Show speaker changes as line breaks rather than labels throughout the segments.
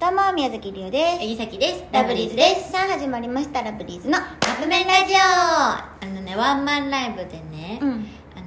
どうも宮崎りおです
えぎさきです
ラブリーズですさあ始まりましたラブリーズの
カップ麺ラジオあのねワンマンライブでね、
うん
あ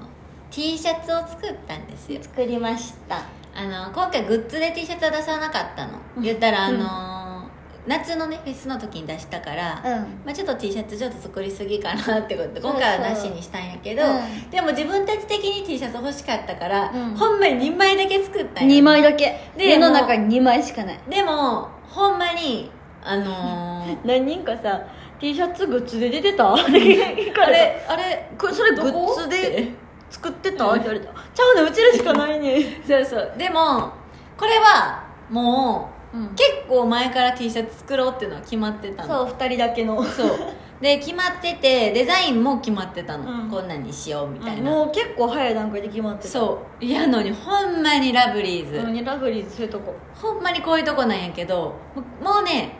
の T シャツを作ったんですよ
作りました
あの今回グッズで T シャツは出さなかったの言ったらあの、夏のねフェスの時に出したから、
うん
まあ、ちょっと T シャツちょっと作りすぎかなってことで今回はなしにしたんやけど
そうそううん
でも自分たち的に T シャツ欲しかったから、
うん
ほんまに2枚だけ作ったんや
2枚だけ
で
世の中に2枚しかない
でもほんまにあの ー
何人かさ T シャツグッズで出て たって聞か
あ
れ
れあれ
これそれグ
どこ
ッズで作ってた
うん
って言われたちゃうのうちらしかないね
そうそうでもこれはもう、
うん
結構前から T シャツ作ろうっていうのは決まってた
そう
の
2人だけの
そうで決まっててデザインも決まってたの、
うん
こんなんにしようみたいな、
もう結構早い段階で決まってた
そういやのにほんまにラブリーズ、
なのにラフリーズそういうとこ
ほんまにこういうとこなんやけどもうもうね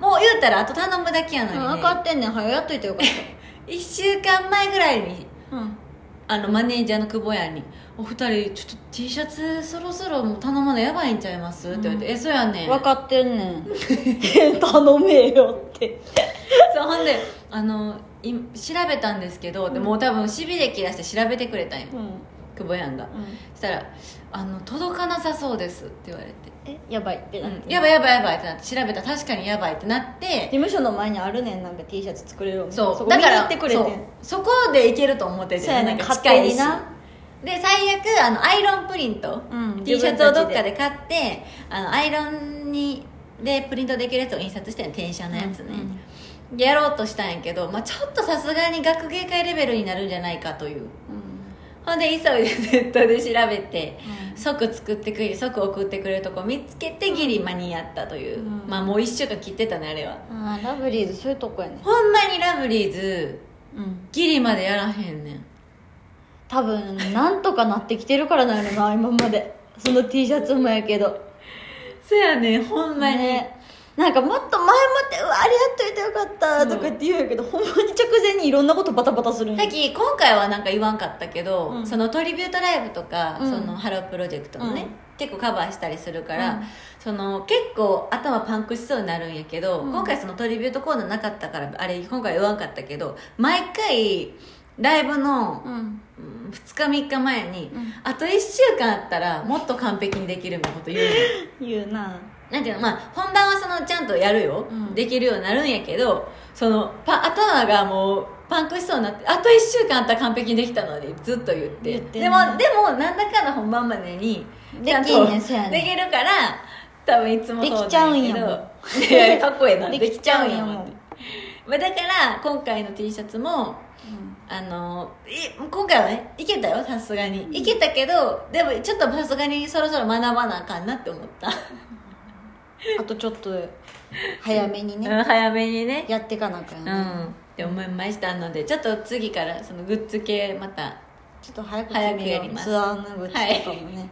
もう言うたらあと頼むだけやのに、
分
ね
かってんねん早やっといてよかっ
1週間前ぐらいに
たうん
あのマネージャーの久保屋に「お二人ちょっと T シャツそろそろもう頼まなやばいんちゃいます?」って言われて「
うん
えそうやねん」
分かってんねん 頼めよって
そうほんであのい調べたんですけど、でもう多分しびれ切らして調べてくれたんよ、
うん、うん、
久保やんがそしたらあの「届かなさそうです」って言われて
えやばいって
「
なっ
うん
て、
やばいやばいやばい」ってなって調べたら確かにやばいってなって
事務所の前にあるねんなんか T シャツ作れるお店
そう
こ
だか
見に
ら
行ってくれてん
そうそこでいけると思ってて
そうやね
なんか
勝手に
し
な
で最悪あのアイロンプリント、
うん
T シャツをどっかで買ってあのアイロンにでプリントできるやつを印刷してんの転写のやつね、でやろうとしたんやけど、まあ、ちょっとさすがに学芸会レベルになるんじゃないかというほんで急いでネットで調べて、即作ってくれる即送ってくれるとこ見つけてギリ間に合ったという、
うん
まあもう一週間切ってたねあれは
ああラブリーズそういうとこやね
ほんまにラブリーズ
うん
ギリまでやらへんねん
多分なんとかなってきてるからなんやろな今ま でその T シャツもやけど
そやねんほんまに、
ねなんかもっと前もって「うわあれやっといてよかった」とかって言うんやけどほんまに直前にいろんなことバタバタするん
さ
や
っき今回はなんか言わんかったけど、
うん
そのトリビュートライブとか、
うん
そのハロープロジェクトのね、
うん
結構カバーしたりするから、
うん
その結構頭パンクしそうになるんやけど、
うん
今回そのトリビュートコーナーなかったからあれ今回言わんかったけど毎回ライブの
うん
2日3日前に、
うん
あと1週間あったらもっと完璧にできるみたいなこと言うの
言うな
なんていうのまあ本番はそのちゃんとやるよ、
うん
できるようになるんやけどそのパ頭がもうパンクしそうになってあと1週間あったら完璧にできたのにずっと言って
言ってん
で
ね
もでもなんだかの本番までに
できんねん
ちゃと
そやねん
できるから多分いつもそう
できちゃうん
け
やも
どいやいやかっこええな
できちゃうんやもん
できちまあだから今回の T シャツもあのい今回はねいけたよさすがにいけたけどでもちょっとさすがにそろそろ学ばなあかんなって思った
あとちょっと早めに
うん
ね
早めにね
やってかなあかん
う
よね
んって思いましたのでちょっと次からそのグッズ系また
ちょっと早く
早くやります
ツアーのグッズとかもね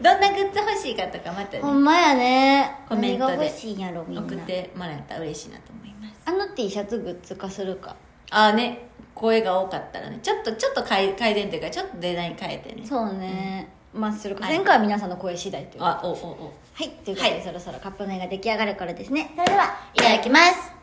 どんなグッズ欲しいかとかまた、
ほ
ね、
んまやね
コメントで
何が欲しいんやろみんな
送ってもらえたら嬉しいなと思います
あの T シャツグッズ化するか
ああね声が多かったらねちょっとちょっと改改善というかちょっとデザイン変えてね
そうねまあするか
はい
前回は皆さんの声次第という
あおおお
はいということで、
はい
そろそろカップ麺が出来上がる頃ですねそれではいただきます